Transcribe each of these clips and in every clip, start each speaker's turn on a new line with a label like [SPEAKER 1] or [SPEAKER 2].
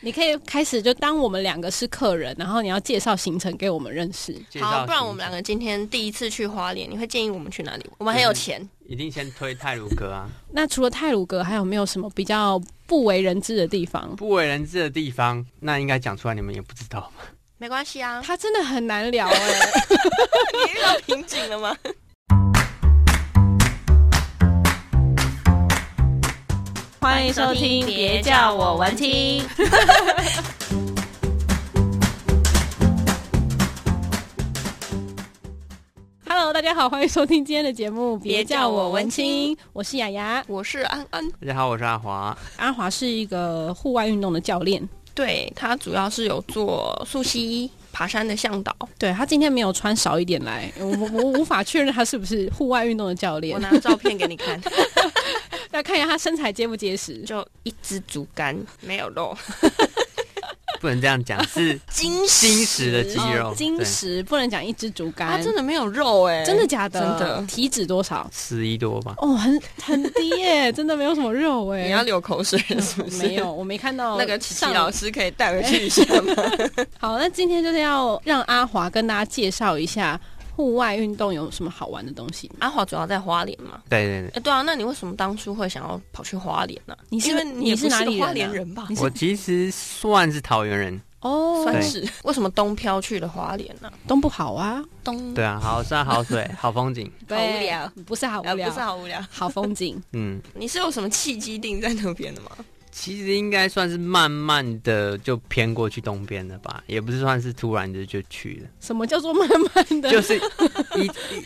[SPEAKER 1] 你可以开始就当我们两个是客人，然后你要介绍行程给我们认识。
[SPEAKER 2] 介绍
[SPEAKER 3] 好，不然
[SPEAKER 2] 行
[SPEAKER 3] 我们两
[SPEAKER 2] 程
[SPEAKER 3] 个今天第一次去花莲，你会建议我们去哪里？我们很有钱，
[SPEAKER 2] 一定先推泰鲁阁啊，
[SPEAKER 1] 那除了泰鲁阁，还有没有什么比较不为人知的地方？
[SPEAKER 2] 不为人知的地方，那应该讲出来你们也不知道。
[SPEAKER 3] 没关系啊。
[SPEAKER 1] 它真的很难 聊哎、
[SPEAKER 3] 你遇到瓶颈 了吗？
[SPEAKER 4] 欢迎收听，别叫我文青。
[SPEAKER 1] Hello，大家好，欢迎收听今天的节目，别
[SPEAKER 3] 别
[SPEAKER 1] 叫
[SPEAKER 3] 叫
[SPEAKER 1] 我
[SPEAKER 3] 我
[SPEAKER 1] 文
[SPEAKER 3] 文
[SPEAKER 1] 青
[SPEAKER 3] 青，
[SPEAKER 1] 我是雅雅。
[SPEAKER 3] 我是安安，
[SPEAKER 2] 大家好，我是阿华，
[SPEAKER 1] 阿华是一个户外运动的教练，
[SPEAKER 3] 对他主要是有做溯溪爬山的向导，
[SPEAKER 1] 对他今天没有穿少一点来，我我我无法确认他是不是户外运动的教练
[SPEAKER 3] 我，拿照片给你看，
[SPEAKER 1] 要看一下他身材结不结实。
[SPEAKER 3] 就一只竹竿，没有肉，
[SPEAKER 2] 不能这样讲，是
[SPEAKER 3] 金
[SPEAKER 2] 金石的肌肉，
[SPEAKER 1] 哦金
[SPEAKER 2] 对，
[SPEAKER 1] 石不能讲一支竹竿，
[SPEAKER 3] 它真的没有肉哎、
[SPEAKER 1] 真的假的？
[SPEAKER 3] 真的
[SPEAKER 1] 体脂多少？
[SPEAKER 2] 十一多吧。
[SPEAKER 1] 哦，很很低耶、 真的没有什么肉哎、
[SPEAKER 3] 你要流口水了是不是？
[SPEAKER 1] 没有，我没看到
[SPEAKER 3] 那个琪琪
[SPEAKER 1] 上
[SPEAKER 3] 老师可以带回去一下吗？
[SPEAKER 1] 好，那今天就是要让阿华跟大家介绍一下户外运动有什么好玩的东西。
[SPEAKER 3] 阿华主要在花莲嘛。
[SPEAKER 2] 对对对，
[SPEAKER 3] 哎、对啊，那你为什么当初会想要跑去花莲呢、
[SPEAKER 1] 你是
[SPEAKER 3] 因为
[SPEAKER 1] 你
[SPEAKER 3] 也
[SPEAKER 1] 是
[SPEAKER 3] 不
[SPEAKER 1] 哪
[SPEAKER 3] 是
[SPEAKER 1] 里人、啊？
[SPEAKER 3] 花莲人吧
[SPEAKER 1] 你？是
[SPEAKER 2] 我其实算是桃园人，
[SPEAKER 1] 哦，
[SPEAKER 3] 算是。为什么东漂去了花莲呢、
[SPEAKER 1] 东不好啊，
[SPEAKER 3] 东
[SPEAKER 2] 对 啊，好山好水好风景，
[SPEAKER 3] 好无聊，
[SPEAKER 1] 不是好无
[SPEAKER 3] 啊
[SPEAKER 1] 聊，
[SPEAKER 3] 不是好无聊。
[SPEAKER 1] 好风景。
[SPEAKER 2] 嗯，
[SPEAKER 3] 你是有什么契机定在那边的吗？
[SPEAKER 2] 其实应该算是慢慢的就偏过去东边了吧，也不是算是突然的就去 了，
[SPEAKER 1] 什么叫做慢慢的？
[SPEAKER 2] 就是一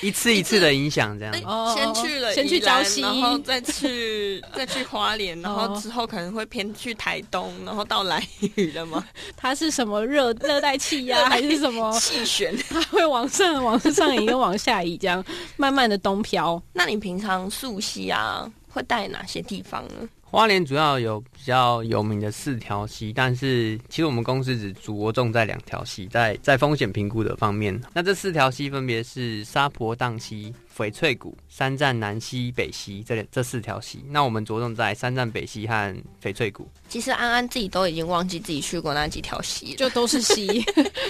[SPEAKER 2] 一一次一次的影响这样。
[SPEAKER 1] 哦
[SPEAKER 3] 哎先去了宜
[SPEAKER 1] 先
[SPEAKER 3] 兰，
[SPEAKER 1] 去礁溪
[SPEAKER 3] 然后再去再去花莲，然后
[SPEAKER 1] 哦
[SPEAKER 3] 之后可能会偏去台东，然后到兰屿了吗？
[SPEAKER 1] 它是什么热热带气 压还是什么？
[SPEAKER 3] 气旋。
[SPEAKER 1] 它会往上往上移跟往下移，这样慢慢的东飘。
[SPEAKER 3] 那你平常溯溪啊，会带哪些地方呢？
[SPEAKER 2] 花莲主要有比较有名的四条溪，但是其实我们公司只着重在两条溪，在在风险评估的方面。那这四条溪分别是沙婆荡溪、翡翠谷、三站南溪、北溪这这四条溪。那我们着重在三站北溪和翡翠谷。
[SPEAKER 3] 其实安安自己都已经忘记自己去过哪几条溪了，
[SPEAKER 1] 就都是溪，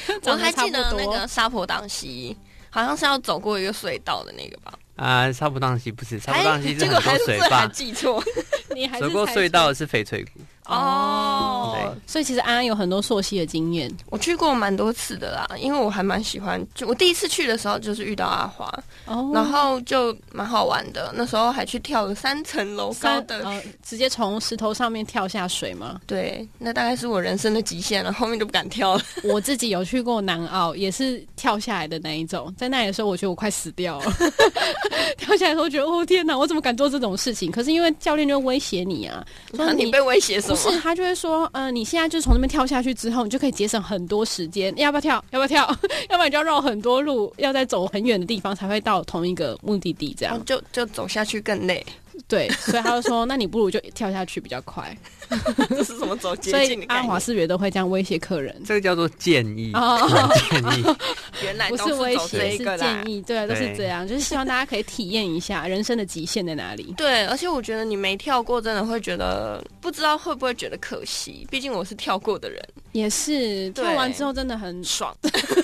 [SPEAKER 3] 我
[SPEAKER 1] 长
[SPEAKER 3] 还
[SPEAKER 1] 得差
[SPEAKER 3] 记
[SPEAKER 1] 不
[SPEAKER 3] 得
[SPEAKER 1] 多。
[SPEAKER 3] 那个沙婆荡溪，好像是要走过一个隧道的那个吧？
[SPEAKER 2] 啊、沙婆荡溪不是，沙婆荡溪
[SPEAKER 3] 结
[SPEAKER 2] 是
[SPEAKER 3] 果
[SPEAKER 2] 很
[SPEAKER 3] 哎还
[SPEAKER 2] 多
[SPEAKER 3] 是
[SPEAKER 2] 水
[SPEAKER 3] 自己还
[SPEAKER 2] 坝，
[SPEAKER 3] 记错
[SPEAKER 1] 你还是
[SPEAKER 2] 走过
[SPEAKER 1] 猜
[SPEAKER 2] 隧
[SPEAKER 1] 错
[SPEAKER 2] 道的是翡翠谷。
[SPEAKER 3] 哦
[SPEAKER 2] 对。
[SPEAKER 1] 所以其实安安有很多溯溪的经验，
[SPEAKER 3] 我去过蛮多次的啦，因为我还蛮喜欢。就我第一次去的时候，就是遇到阿华，
[SPEAKER 1] 哦
[SPEAKER 3] 然后就蛮好玩的。那时候还去跳了三层楼高
[SPEAKER 1] 三
[SPEAKER 3] 的，
[SPEAKER 1] 呃，直接从石头上面跳下水 吗？
[SPEAKER 3] 对，那大概是我人生的极限了，后面就不敢跳了。
[SPEAKER 1] 我自己有去过南澳，也是跳下来的那一种。在那里的时候，我觉得我快死掉了。 跳下来的时候，觉得哦天哪，我怎么敢做这种事情？可是因为教练就威胁你啊，说
[SPEAKER 3] 你被威胁
[SPEAKER 1] 不
[SPEAKER 3] 什么？
[SPEAKER 1] 是，他就会说，呃，你现在就从那边跳下去之后，你就可以节省很多时间。要不要跳？要不要跳？ 要不然你就要绕很多路，要再走很远的地方才会到同一个目的地。这
[SPEAKER 3] 然
[SPEAKER 1] 样
[SPEAKER 3] 后就就走下去 更累，
[SPEAKER 1] 对，所以他就说，那你不如就跳下去比较 快。
[SPEAKER 3] 这是什么走捷
[SPEAKER 1] 所
[SPEAKER 3] 径
[SPEAKER 1] 以
[SPEAKER 3] 的概
[SPEAKER 1] 阿华
[SPEAKER 3] 念？
[SPEAKER 1] 视觉都会这样威胁客人。
[SPEAKER 2] 这个叫做建议，
[SPEAKER 1] 哦
[SPEAKER 2] 建议。
[SPEAKER 3] 原来
[SPEAKER 1] 不
[SPEAKER 3] 都
[SPEAKER 1] 是威
[SPEAKER 3] 走这
[SPEAKER 1] 胁，
[SPEAKER 3] 一
[SPEAKER 1] 是
[SPEAKER 3] 个啦
[SPEAKER 1] 建。议，对啊，都是
[SPEAKER 2] 对
[SPEAKER 1] 这样，就是希望大家可以体验一下人生的极限在哪里。
[SPEAKER 3] 对，而且我觉得你没跳过，真的会觉得不知道会不会觉得可惜。毕竟我是跳过的人，
[SPEAKER 1] 也是跳
[SPEAKER 3] 对
[SPEAKER 1] 完之后真的很
[SPEAKER 3] 爽，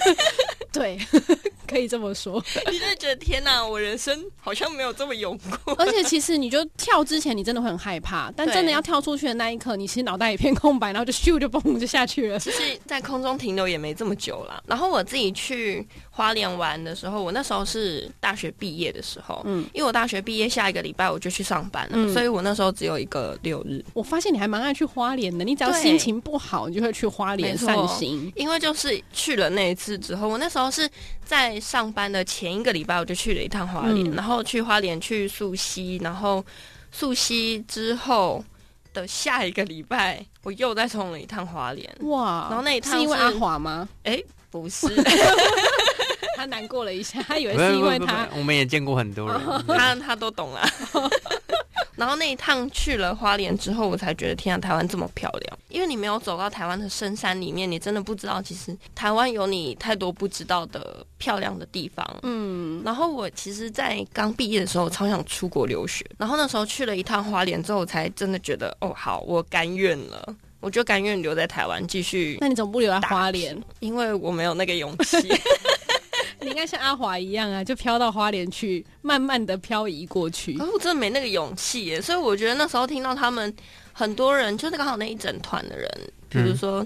[SPEAKER 1] 对， 可以这么说。
[SPEAKER 3] 你就会觉得天哪，我人生好像没有这么勇过。
[SPEAKER 1] 而且其实你就跳之前，你真的会很害怕，但
[SPEAKER 3] 对
[SPEAKER 1] 真的要跳出去的那一刻，你其实脑袋一片空白，然后就咻就嘣就下去了。
[SPEAKER 3] 其实，在空中停留也没这么久啦。然后我自己去花莲玩的时候，我那时候是大学毕业的时候，
[SPEAKER 1] 嗯，
[SPEAKER 3] 因为我大学毕业下一个礼拜我就去上班了，
[SPEAKER 1] 嗯
[SPEAKER 3] 所以我那时候只有一个六日。
[SPEAKER 1] 我发现你还蛮爱去花莲的，你只要
[SPEAKER 3] 对
[SPEAKER 1] 心情不好，你就会去花莲
[SPEAKER 3] 没错
[SPEAKER 1] 散心。
[SPEAKER 3] 因为就是去了那一次之后，我那时候是在上班的前一个礼拜，我就去了一趟花莲，
[SPEAKER 1] 嗯
[SPEAKER 3] 然后去花莲去溯溪，然后溯溪之后的下一个礼拜，我又再冲了一趟花 莲。
[SPEAKER 1] 哇，
[SPEAKER 3] 然后那一趟
[SPEAKER 1] 是因为
[SPEAKER 3] 是
[SPEAKER 1] 阿华吗？
[SPEAKER 3] 哎，不是，
[SPEAKER 1] 他难过了一 下，他以为
[SPEAKER 2] 不
[SPEAKER 1] 是因
[SPEAKER 2] 不
[SPEAKER 1] 为
[SPEAKER 2] 不
[SPEAKER 1] 他
[SPEAKER 2] 不我们也见过很多人，
[SPEAKER 3] 他他都懂啦。 然后那一趟去了花莲之后，我才觉得天啊，台湾这么漂亮！因为你没有走到台湾的深山里面，你真的不知道，其实台湾有你太多不知道的漂亮的地方。
[SPEAKER 1] 嗯，
[SPEAKER 3] 然后我其实，在刚毕业的时候，我超想出国留学。然后那时候去了一趟花莲之后，我才真的觉得，哦，好，我甘愿了。我就甘愿留在台湾继续，
[SPEAKER 1] 那你怎么不留在花莲？
[SPEAKER 3] 因为我没有那个勇气。
[SPEAKER 1] 你应该像阿华一样啊，就飘到花莲去，慢慢的漂移过去
[SPEAKER 2] 哦
[SPEAKER 3] 可。是我真的没那个勇气耶，所以我觉得那时候听到他们很多人，就是刚好那一整团的人，比如说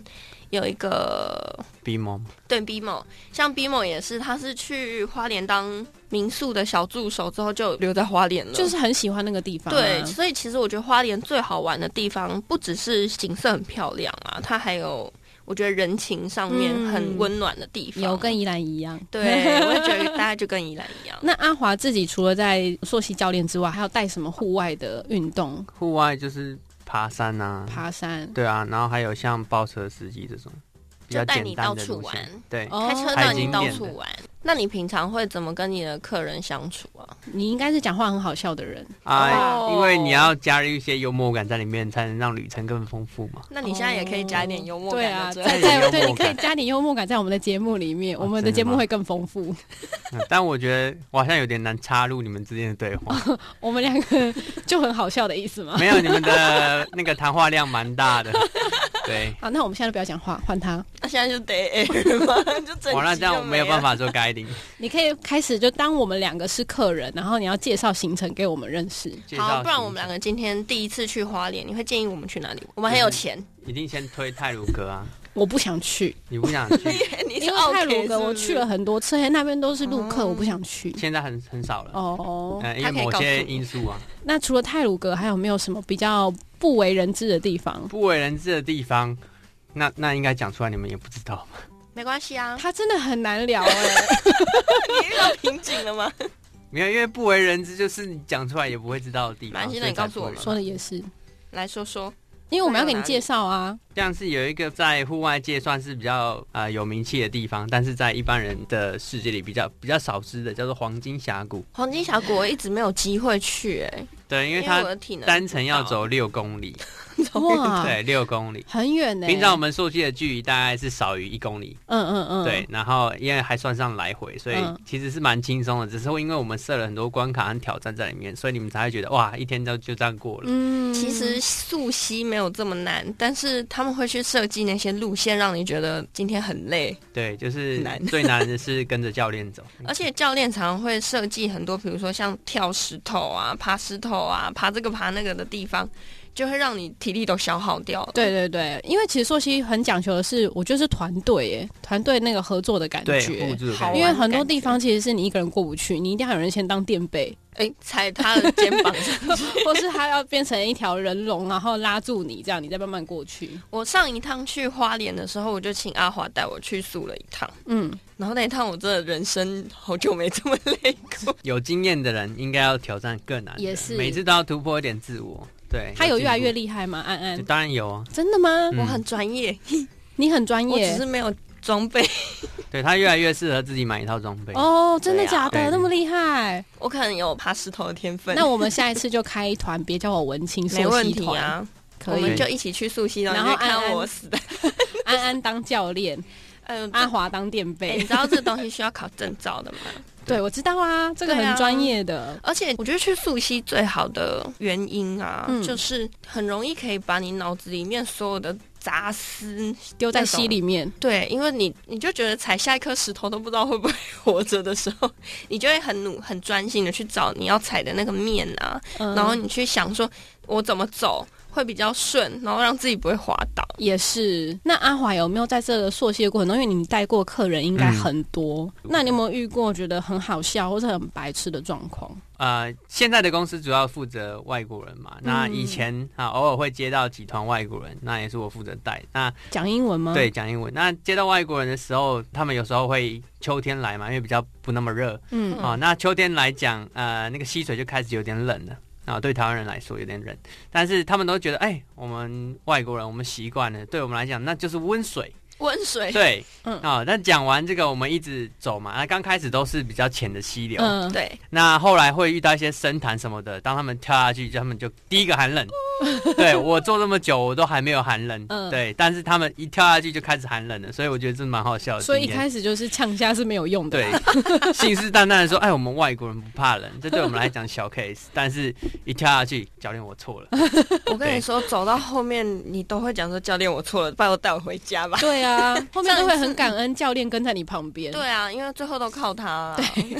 [SPEAKER 3] 有一个、
[SPEAKER 2] B 猫
[SPEAKER 3] 对 BMO，像 BMO 也是，他是去花莲当民宿的小助手之后就留在花莲了，
[SPEAKER 1] 就是很喜欢那个地方、啊。
[SPEAKER 3] 对，所以其实我觉得花莲最好玩的地方，不只是景色很漂亮啊，它还有我觉得人情上面
[SPEAKER 1] 嗯
[SPEAKER 3] 很温暖的地方。
[SPEAKER 1] 有跟宜兰一样。
[SPEAKER 3] 对，我也觉得大家就跟宜兰一样。
[SPEAKER 1] 那阿华自己除了在溯溪教练之外，还有带什么户外的运动？
[SPEAKER 2] 户外就是爬山啊，
[SPEAKER 1] 爬山、
[SPEAKER 2] 对啊，然后还有像包车司机这种比较
[SPEAKER 3] 就带
[SPEAKER 2] 简
[SPEAKER 3] 你
[SPEAKER 2] 单
[SPEAKER 3] 到
[SPEAKER 2] 的
[SPEAKER 3] 处
[SPEAKER 2] 路线
[SPEAKER 3] 玩，
[SPEAKER 2] 对。
[SPEAKER 1] 哦
[SPEAKER 3] 开车带你到
[SPEAKER 2] 还经
[SPEAKER 3] 处
[SPEAKER 2] 典的
[SPEAKER 3] 玩。那你平常会怎么跟你的客人相处啊？
[SPEAKER 1] 你应该是讲话很好笑的人，
[SPEAKER 2] 啊
[SPEAKER 3] 哦，
[SPEAKER 2] 因为你要加入一些幽默感在里面，才能让旅程更丰富嘛。
[SPEAKER 3] 那你现在也可以加一点幽默
[SPEAKER 1] 对
[SPEAKER 3] 感
[SPEAKER 1] 啊，
[SPEAKER 3] 的
[SPEAKER 1] 在
[SPEAKER 2] 对
[SPEAKER 3] 之类的
[SPEAKER 1] 在
[SPEAKER 2] 幽
[SPEAKER 1] 对，你
[SPEAKER 2] 默感
[SPEAKER 1] 可以加点幽默感在我们的节目里面，
[SPEAKER 2] 哦
[SPEAKER 1] 我们的
[SPEAKER 2] 真的
[SPEAKER 1] 节目
[SPEAKER 2] 吗
[SPEAKER 1] 会更丰富。
[SPEAKER 2] 嗯但我觉得我好像有点难插入你们之间的对话，
[SPEAKER 1] 我们两个就很好笑的意思吗？
[SPEAKER 2] 没有你们 的那个谈话量蛮大的。对，
[SPEAKER 1] 好，那我们现在就不要讲话，换他。
[SPEAKER 3] 那现在就得 air 嘛，就整
[SPEAKER 2] 哇，那
[SPEAKER 3] 集
[SPEAKER 2] 这样我
[SPEAKER 3] 就
[SPEAKER 2] 没有
[SPEAKER 3] 了
[SPEAKER 2] 办。法做 guiding，
[SPEAKER 1] 你可以开始就当我们两个是客人，然后你要介绍行程给我们认识。
[SPEAKER 2] 介绍
[SPEAKER 3] 好，不然我们
[SPEAKER 2] 行
[SPEAKER 3] 两
[SPEAKER 2] 程
[SPEAKER 3] 个今天第一次去花莲，你会建议我们去哪里？我们很有钱，
[SPEAKER 2] 一定先推泰鲁阁啊，
[SPEAKER 1] 我不想去，
[SPEAKER 2] 你不想 去？
[SPEAKER 3] 你是
[SPEAKER 1] 嗯因为
[SPEAKER 3] OK
[SPEAKER 1] 泰鲁
[SPEAKER 3] 是
[SPEAKER 1] 阁
[SPEAKER 3] 不
[SPEAKER 1] 我
[SPEAKER 3] 是
[SPEAKER 1] 去了很多次，嘿那边都是陆客，
[SPEAKER 3] 哦
[SPEAKER 1] 我不想去。
[SPEAKER 2] 现在很很少了，
[SPEAKER 1] 哦，
[SPEAKER 2] 嗯，因
[SPEAKER 3] 他
[SPEAKER 2] 为
[SPEAKER 3] 可以
[SPEAKER 2] 某
[SPEAKER 3] 告诉
[SPEAKER 2] 些
[SPEAKER 3] 你
[SPEAKER 2] 因素啊，
[SPEAKER 1] 那除了泰鲁阁，还有没有什么比较不为人知的地方？
[SPEAKER 2] 不为人知的地方，那那应该讲出来，你们也不知道。
[SPEAKER 3] 没关系 啊。
[SPEAKER 1] 它真的很难聊哎、
[SPEAKER 3] 你遇到瓶 颈了吗？
[SPEAKER 2] 没有，因为不为人知就是你讲出来也不会知道的地
[SPEAKER 3] 蛮
[SPEAKER 2] 方。
[SPEAKER 3] 新
[SPEAKER 2] 所
[SPEAKER 3] 的
[SPEAKER 2] 以
[SPEAKER 3] 你
[SPEAKER 2] 才
[SPEAKER 3] 告诉
[SPEAKER 2] 不
[SPEAKER 3] 我
[SPEAKER 2] 为
[SPEAKER 3] 们
[SPEAKER 2] 人
[SPEAKER 1] 说的也是，
[SPEAKER 3] 来说说，
[SPEAKER 1] 因为我们要给你介绍啊。
[SPEAKER 2] 像是有一个在户外界算是比较呃有名气的地方，但是在一般人的世界里比较比较少知的，叫做黄金峡谷。
[SPEAKER 3] 黄金峡谷我一直没有机会去、哎，
[SPEAKER 2] 对，因为
[SPEAKER 3] 我
[SPEAKER 2] 它
[SPEAKER 3] 的嗯体能
[SPEAKER 2] 单程要
[SPEAKER 3] 不到，
[SPEAKER 2] 走六公里，
[SPEAKER 1] 哇，
[SPEAKER 2] 对，六公里。
[SPEAKER 1] 很远呢、
[SPEAKER 2] 平常我们溯溪的距离大概是少于一公里，
[SPEAKER 1] 嗯嗯嗯，
[SPEAKER 2] 对，，然后因为还算上来回，所以
[SPEAKER 1] 嗯
[SPEAKER 2] 其实是蛮轻松的。只是因为我们设了很多关卡和挑战在里面，所以你们才会觉得哇，一天就就这样过了。
[SPEAKER 1] 嗯，
[SPEAKER 3] 其实溯溪没有这么难，但是他们会去设计那些路线，让你觉得今天很累。
[SPEAKER 2] 对，就是
[SPEAKER 3] 难
[SPEAKER 2] 最难的是跟着教练走，
[SPEAKER 3] 而且教练常常会设计很多，比如说像跳石头啊、爬石头啊、爬这个爬那个的地方，就会让你体力都消耗掉了。
[SPEAKER 1] 对对对，因为其实溯溪很讲求的是，我觉得是团队耶，团队那个合作的感
[SPEAKER 2] 对，互
[SPEAKER 1] 觉。啊
[SPEAKER 2] 助的
[SPEAKER 3] 好
[SPEAKER 2] 感
[SPEAKER 3] 玩
[SPEAKER 2] 觉
[SPEAKER 1] 因为很多地方其实是你一个人过不去，你一定要有人先当垫背，
[SPEAKER 3] 哎，踩他的肩膀上。
[SPEAKER 1] 或是他要变成一条人龙，然后拉住你，这样你再慢慢过去。嗯
[SPEAKER 3] 我上一趟去花莲的时候，我就请阿华带我去宿了一趟，
[SPEAKER 1] 嗯，
[SPEAKER 3] 然后那一趟我真的人生好久没这么累过。
[SPEAKER 2] 有经验的人应该要挑战更难的，
[SPEAKER 1] 也是
[SPEAKER 2] 每次都要突破一点自我。对，
[SPEAKER 1] 他有越来越
[SPEAKER 2] 厉
[SPEAKER 1] 厉害吗？安安，
[SPEAKER 2] 当然有啊，
[SPEAKER 1] 真的吗？
[SPEAKER 2] 嗯
[SPEAKER 3] 我很专业，
[SPEAKER 1] 你很专
[SPEAKER 3] 我只
[SPEAKER 1] 业
[SPEAKER 3] 是没有装备，
[SPEAKER 2] 对他越来越适合自己买一套装备。
[SPEAKER 1] 哦，真的
[SPEAKER 3] 对
[SPEAKER 1] 假
[SPEAKER 3] 啊
[SPEAKER 1] 的？
[SPEAKER 2] 对
[SPEAKER 1] 那么厉害？
[SPEAKER 3] 我可能有爬石头的天分。
[SPEAKER 1] 那我们下一次就开一团，别叫我文青溯
[SPEAKER 3] 没问
[SPEAKER 1] 溪
[SPEAKER 3] 题
[SPEAKER 1] 团，
[SPEAKER 3] 啊，我
[SPEAKER 1] 可
[SPEAKER 3] 们
[SPEAKER 1] 以。
[SPEAKER 3] 就一起去溯溪，然
[SPEAKER 1] 然
[SPEAKER 3] 后
[SPEAKER 1] 后
[SPEAKER 3] 你就
[SPEAKER 1] 安
[SPEAKER 3] 看
[SPEAKER 1] 安
[SPEAKER 3] 我死的。
[SPEAKER 1] 安安当教练，
[SPEAKER 3] 嗯，
[SPEAKER 1] 阿华当垫
[SPEAKER 3] 哎，你
[SPEAKER 1] 背
[SPEAKER 3] 知。道这东西需要考证照的吗？
[SPEAKER 1] 对，我知道啊，这个
[SPEAKER 3] 对
[SPEAKER 1] 很
[SPEAKER 3] 啊
[SPEAKER 1] 专业的。
[SPEAKER 3] 而且我觉得去溯溪最好的原因啊，
[SPEAKER 1] 嗯
[SPEAKER 3] 就是很容易可以把你脑子里面所有的杂思，
[SPEAKER 1] 丢在溪里面，
[SPEAKER 3] 对，因为你你就觉得踩下一颗石头都不知道会不会活着的时候，你就会很努很专心的去找你要踩的那个面啊，
[SPEAKER 1] 嗯
[SPEAKER 3] 然后你去想说我怎么走会比较顺，然后让自己不会滑倒。
[SPEAKER 1] 也是。那阿华有没有在这个溯溪的过程中，因为你带过客人应
[SPEAKER 2] 嗯
[SPEAKER 1] 该很多，那你有没有遇过觉得很好笑或者很白痴的状况？
[SPEAKER 2] 呃，现在的公司主要负责外国人嘛，那
[SPEAKER 1] 嗯
[SPEAKER 2] 以前啊偶尔会接到几团外国人，那也是我负责带。那
[SPEAKER 1] 讲英文吗？
[SPEAKER 2] 对，讲英文，那接到外国人的时候，他们有时候会秋天来嘛，因为比较不那么热
[SPEAKER 1] 嗯，
[SPEAKER 2] 啊。那秋天来讲，呃，那个溪水就开始有点冷了。啊，对台湾人来说有点冷，但是他们都觉得，哎、我们外国人我们习惯了，对我们来讲那就是温水，
[SPEAKER 3] 温水，
[SPEAKER 2] 对，
[SPEAKER 1] 嗯
[SPEAKER 2] 啊、那讲完这个，我们一直走嘛，那刚开始都是比较浅的溪流，
[SPEAKER 1] 嗯，
[SPEAKER 3] 对，
[SPEAKER 2] 那后来会遇到一些深潭什么的，当他们跳下去，他们就第一个寒冷，对我做这么久，我都还没有寒冷。
[SPEAKER 1] 嗯
[SPEAKER 2] 对，但是他们一跳下去就开始寒冷了，所以我觉得这蛮好笑的经
[SPEAKER 1] 所
[SPEAKER 2] 验。
[SPEAKER 1] 以一开始就是呛虾是没有用的。
[SPEAKER 2] 对，信誓旦旦的说：“哎，我们外国人不怕冷， 这对我们来讲小 case。”但是，一跳下去，教练我错 了。
[SPEAKER 3] 我跟你说，走到后面你都会讲说教练我错了，把我带我回家吧。
[SPEAKER 1] 对啊， 后面都会
[SPEAKER 3] 上次
[SPEAKER 1] 很感恩教练跟在你旁边。
[SPEAKER 3] 对啊，因为最后都靠他、啊对，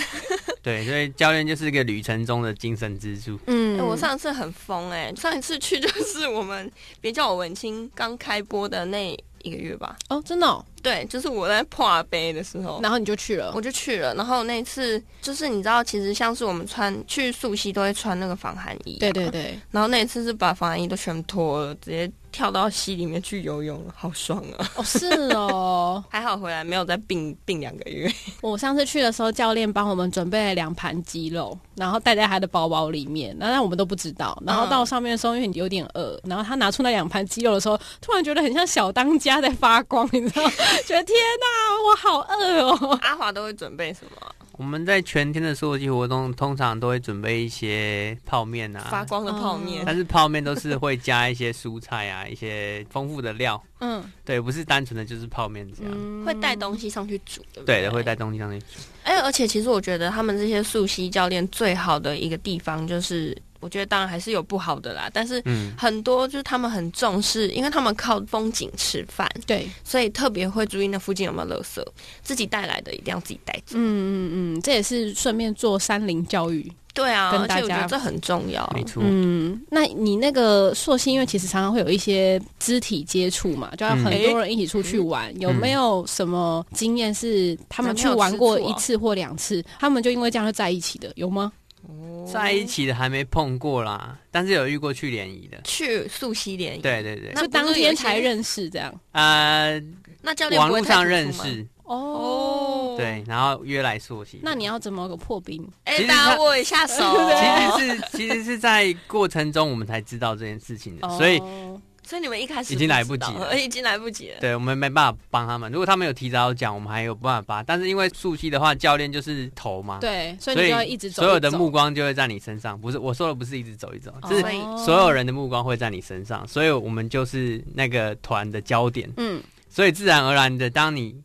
[SPEAKER 2] 对，所以教练就是一个旅程中的精神支柱。
[SPEAKER 1] 嗯
[SPEAKER 3] 哎我上次很疯哎、上一次去 就是我们别叫我文青刚开播的那一个月吧。
[SPEAKER 1] 哦，真的哦、
[SPEAKER 3] 对，就是我在破杯的时候。
[SPEAKER 1] 然后你就去了
[SPEAKER 3] 哦我。就去了，然后那次就是你知道，其实像是我们穿去溯溪都会穿那个防寒衣、啊
[SPEAKER 1] 对对。对，
[SPEAKER 3] 然后那一次是把防寒衣都全脱了，直接跳到溪里面去游泳了，好爽 啊！
[SPEAKER 1] 哦是哦，
[SPEAKER 3] 还好回来没有再病病两个月。
[SPEAKER 1] 我上次去的时候，教练帮我们准备了两盘鸡肉，然后带在他的包包里面，那那我们都不知道。然后到上面的时候，因为有点饿，然后他拿出那两盘鸡肉的时候，突然觉得很像小当家在发光，你知道？觉得天哪、我好饿哦！
[SPEAKER 3] 阿华都会准备什么？
[SPEAKER 2] 我们在全天的溯溪活动，通常都会准备一些泡面啊，
[SPEAKER 3] 发光的泡面。
[SPEAKER 1] 嗯
[SPEAKER 2] 但是泡面都是会加一些蔬菜啊， 一些丰富的料。
[SPEAKER 1] 嗯，
[SPEAKER 2] 对，不是单纯的就是泡面这样。
[SPEAKER 1] 嗯
[SPEAKER 3] 会带东西上去煮，对不
[SPEAKER 2] 对
[SPEAKER 3] 对
[SPEAKER 2] 的，会。带东西上去。
[SPEAKER 3] 哎，而且其实我觉得他们这些溯溪教练最好的一个地方就是，我觉得当然还是有不好的啦，但是
[SPEAKER 2] 嗯，
[SPEAKER 3] 很多就是他们很重视，因为他们靠风景吃饭，
[SPEAKER 1] 对，
[SPEAKER 3] 所以特别会注意那附近有没有垃圾，自己带来的一定要自己带走。
[SPEAKER 1] 嗯嗯嗯，这也是顺便做山林教育。
[SPEAKER 3] 对啊，
[SPEAKER 1] 跟
[SPEAKER 3] 而
[SPEAKER 1] 大
[SPEAKER 3] 且
[SPEAKER 1] 家
[SPEAKER 3] 我觉得这很重要。
[SPEAKER 2] 没错。
[SPEAKER 1] 嗯，那你那个硕星，因为其实常常会有一些肢体接触嘛，
[SPEAKER 2] 嗯
[SPEAKER 1] 就要很多人一起出去玩，有没有什么经验是他们去玩过一次或两次，他们就因为这样就在一起的，有吗？
[SPEAKER 3] 哦
[SPEAKER 2] 在一起的还没碰过啦，但是有遇过去联谊的。
[SPEAKER 3] 去溯溪联谊，
[SPEAKER 2] 对，对对，
[SPEAKER 3] 那
[SPEAKER 1] 就当天才认识这样。
[SPEAKER 2] 呃，
[SPEAKER 3] 那教练
[SPEAKER 2] 网
[SPEAKER 3] 不会
[SPEAKER 2] 络
[SPEAKER 3] 太
[SPEAKER 2] 上
[SPEAKER 3] 突出
[SPEAKER 2] 认
[SPEAKER 3] 吗。
[SPEAKER 2] 识，
[SPEAKER 1] 哦
[SPEAKER 3] 哦，，
[SPEAKER 2] 对，然后约来溯溪。
[SPEAKER 1] 那你要怎么破冰？
[SPEAKER 3] 哎
[SPEAKER 2] 其，实他
[SPEAKER 3] 打我一下手，
[SPEAKER 2] 其实是其实是在过程中我们才知道这件事情的， 所以
[SPEAKER 1] 哦
[SPEAKER 3] 所以你们一开始
[SPEAKER 2] 已经来
[SPEAKER 3] 不
[SPEAKER 2] 不
[SPEAKER 3] 知道
[SPEAKER 2] 及了
[SPEAKER 3] 而已经来不及了。
[SPEAKER 2] 对我们没办法帮他们。如果他们有提早讲，我们还有办法帮。但是因为溯溪的话，教练就是头嘛，，
[SPEAKER 1] 对，所以
[SPEAKER 2] 所
[SPEAKER 1] 你就
[SPEAKER 2] 以
[SPEAKER 1] 要一直走，
[SPEAKER 2] 所有的
[SPEAKER 1] 一直走
[SPEAKER 2] 目光就会在你身上。不是我说的，不是一直走一走，
[SPEAKER 1] 哦
[SPEAKER 2] 是
[SPEAKER 3] 所以
[SPEAKER 2] 所有人的目光会在你身上，所以我们就是那个团的焦点。
[SPEAKER 1] 嗯
[SPEAKER 2] 所以自然而然的，当你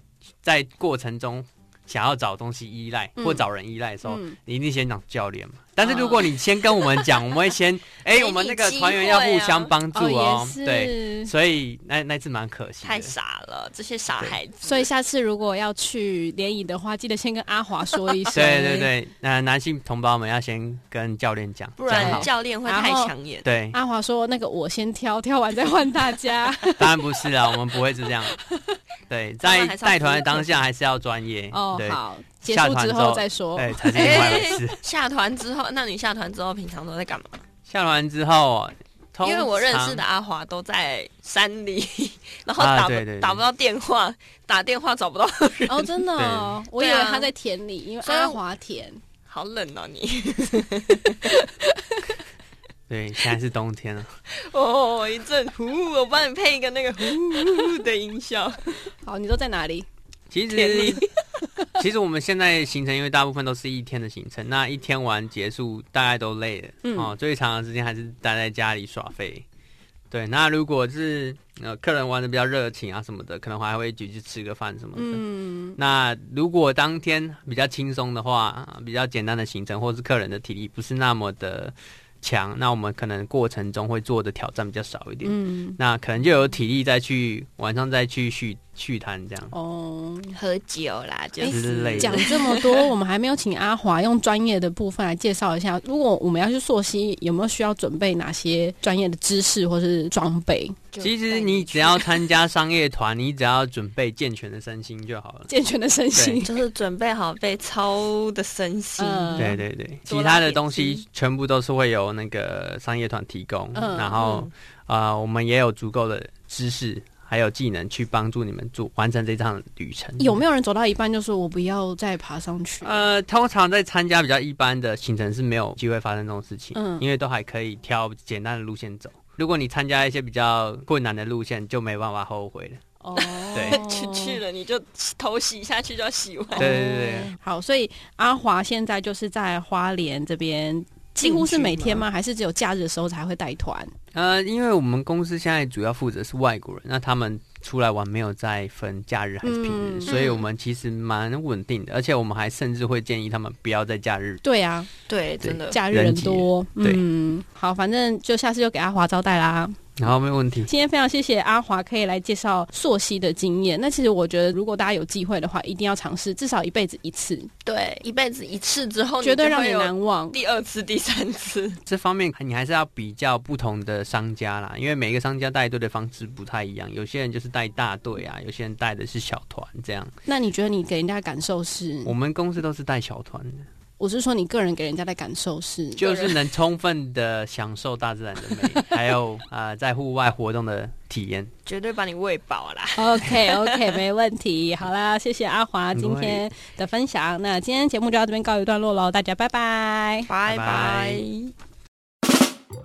[SPEAKER 2] 在过程中想要找东西依赖、
[SPEAKER 1] 嗯
[SPEAKER 2] 或找人依赖的时候，
[SPEAKER 1] 嗯
[SPEAKER 2] 你一定先找教练嘛。但是如果你先跟我们讲，我们会先 哎、
[SPEAKER 3] 哦给
[SPEAKER 2] 我们
[SPEAKER 3] 你
[SPEAKER 2] 那个
[SPEAKER 3] 机
[SPEAKER 2] 团员要
[SPEAKER 3] 会
[SPEAKER 2] 互
[SPEAKER 3] 啊
[SPEAKER 2] 相帮助
[SPEAKER 1] 哦
[SPEAKER 2] 哦，
[SPEAKER 1] 也
[SPEAKER 2] 对，
[SPEAKER 1] 是。
[SPEAKER 2] 所以那那次蛮可惜的。
[SPEAKER 3] 太傻了，这些傻孩子。
[SPEAKER 1] 所以下次如果要去联谊的话，记得先跟阿华说一声。
[SPEAKER 2] 对对对，那男性同胞们要先跟教练讲，
[SPEAKER 3] 不
[SPEAKER 2] 讲好
[SPEAKER 3] 然教练会太
[SPEAKER 1] 然后
[SPEAKER 3] 抢眼。
[SPEAKER 2] 对，
[SPEAKER 1] 阿华说：“那个我先挑，挑完再换大 家。
[SPEAKER 2] 当然不是啊啦，我们不会是这 样。对，
[SPEAKER 3] 当然
[SPEAKER 2] 在
[SPEAKER 3] 还是要
[SPEAKER 2] 带团的
[SPEAKER 3] 服务
[SPEAKER 2] 当下还是要专业”
[SPEAKER 1] 哦，
[SPEAKER 2] 对，
[SPEAKER 1] 好，结
[SPEAKER 2] 下
[SPEAKER 1] 束
[SPEAKER 2] 团
[SPEAKER 1] 之
[SPEAKER 2] 之后哎
[SPEAKER 1] 后再说。
[SPEAKER 2] 对，才是另外一回 事。
[SPEAKER 3] 哎下团之后，那你下团之后平常都在干嘛？
[SPEAKER 2] 下完之后，通
[SPEAKER 3] 因为我认识的
[SPEAKER 2] 常
[SPEAKER 3] 阿华都在山里， 然后
[SPEAKER 2] 啊
[SPEAKER 3] 打不、
[SPEAKER 2] 对对对
[SPEAKER 3] 打不到电话，打电话找不到 人，
[SPEAKER 1] 哦，真的哦，我以为
[SPEAKER 3] 对啊
[SPEAKER 1] 他在田里，因为
[SPEAKER 3] 所以
[SPEAKER 1] 阿华田。
[SPEAKER 3] 好冷哦你。
[SPEAKER 2] 对，现在是冬天了。
[SPEAKER 3] 哦，一阵呼，我帮你配一个那个呼的音效。
[SPEAKER 1] 好，你都在哪里？
[SPEAKER 2] 其
[SPEAKER 3] 天
[SPEAKER 2] 实
[SPEAKER 3] 理，
[SPEAKER 2] 其实我们现在行程，因为大部分都是一天的行程，那一天完结束，大概都累了。
[SPEAKER 1] 嗯
[SPEAKER 2] 哦，最长的时间还是待在家里耍废。对，那如果是呃客人玩的比较热情啊什么的，可能还会一起去吃个饭什么的。
[SPEAKER 1] 嗯，
[SPEAKER 2] 那如果当天比较轻松的话，呃比较简单的行程，或是客人的体力不是那么的强，那我们可能过程中会做的挑战比较少一点。
[SPEAKER 1] 嗯，
[SPEAKER 2] 那可能就有体力再去晚上再去续续摊这样
[SPEAKER 1] 哦，
[SPEAKER 3] 喝酒啦，就
[SPEAKER 1] 哎
[SPEAKER 2] 之类
[SPEAKER 1] 讲
[SPEAKER 2] 的。
[SPEAKER 1] 这么多，我们还没有请阿华用专业的部分来介绍一下。如果我们要去溯溪，有没有需要准备哪些专业的知识或是装备？
[SPEAKER 2] 其实你只要参加商业团，你只要准备健全的身心就好了。
[SPEAKER 1] 健全的身心。
[SPEAKER 3] 就是准备好被操的身心。
[SPEAKER 1] 嗯
[SPEAKER 2] 对对对，
[SPEAKER 3] 多
[SPEAKER 2] 其
[SPEAKER 3] 拉
[SPEAKER 2] 他的
[SPEAKER 3] 点
[SPEAKER 2] 东西
[SPEAKER 3] 筋
[SPEAKER 2] 全部都是会由那个商业团提供，
[SPEAKER 1] 嗯
[SPEAKER 2] 然后啊、呃我们也有足够的知识还有技能去帮助你们做完成这趟旅程。
[SPEAKER 1] 有没有人走到一半就说我不要再爬上去？
[SPEAKER 2] 呃，通常在参加比较一般的行程是没有机会发生这种事情，
[SPEAKER 1] 嗯
[SPEAKER 2] 因为都还可以挑简单的路线走。如果你参加一些比较困难的路线，就没办法后悔了。
[SPEAKER 1] 哦，
[SPEAKER 2] 对
[SPEAKER 3] 去去了你就头洗下去就要洗完。
[SPEAKER 1] 哦
[SPEAKER 2] 对对对
[SPEAKER 1] 好，所以阿华现在就是在花莲这边。几乎是每
[SPEAKER 3] 进去
[SPEAKER 1] 天吗？还是只有假日的时候才会带团？
[SPEAKER 2] 呃，因为我们公司现在主要负责是外国人，那他们出来玩没有再分假日还是平日，
[SPEAKER 1] 嗯
[SPEAKER 2] 所以我们其实蛮稳定的，而且我们还甚至会建议他们不要在假日。
[SPEAKER 1] 对啊，
[SPEAKER 3] 对，
[SPEAKER 2] 对
[SPEAKER 3] 真的。
[SPEAKER 1] 假日人多，嗯，好，反正就下次就给阿华招待啦。
[SPEAKER 2] 然后没有问题，
[SPEAKER 1] 今天非常谢谢阿华可以来介绍溯溪的经验。那其实我觉得，如果大家有机会的话，一定要尝试，至少一辈子一次，
[SPEAKER 3] 对，一辈子一次之后，
[SPEAKER 1] 绝对让你
[SPEAKER 3] 哦你就会有
[SPEAKER 1] 难忘。
[SPEAKER 3] 第二次、第三次。
[SPEAKER 2] 这方面你还是要比较不同的商家啦，因为每个商家带队的方式不太一样，有些人就是带大队啊，有些人带的是小团这样。
[SPEAKER 1] 那你觉得你给人家的感受是？
[SPEAKER 2] 我们公司都是带小团的，
[SPEAKER 1] 我是说，你个人给人家的感受是？
[SPEAKER 2] 就是能充分的享受大自然的美，还有啊、呃在户外活动的体验。
[SPEAKER 3] 绝对把你喂饱啦！
[SPEAKER 1] OK OK，没 问题。好啦，谢谢阿华今天的分享。那今天节目就到这边告一段落喽，大家拜拜。
[SPEAKER 3] 拜
[SPEAKER 2] 拜
[SPEAKER 3] 拜！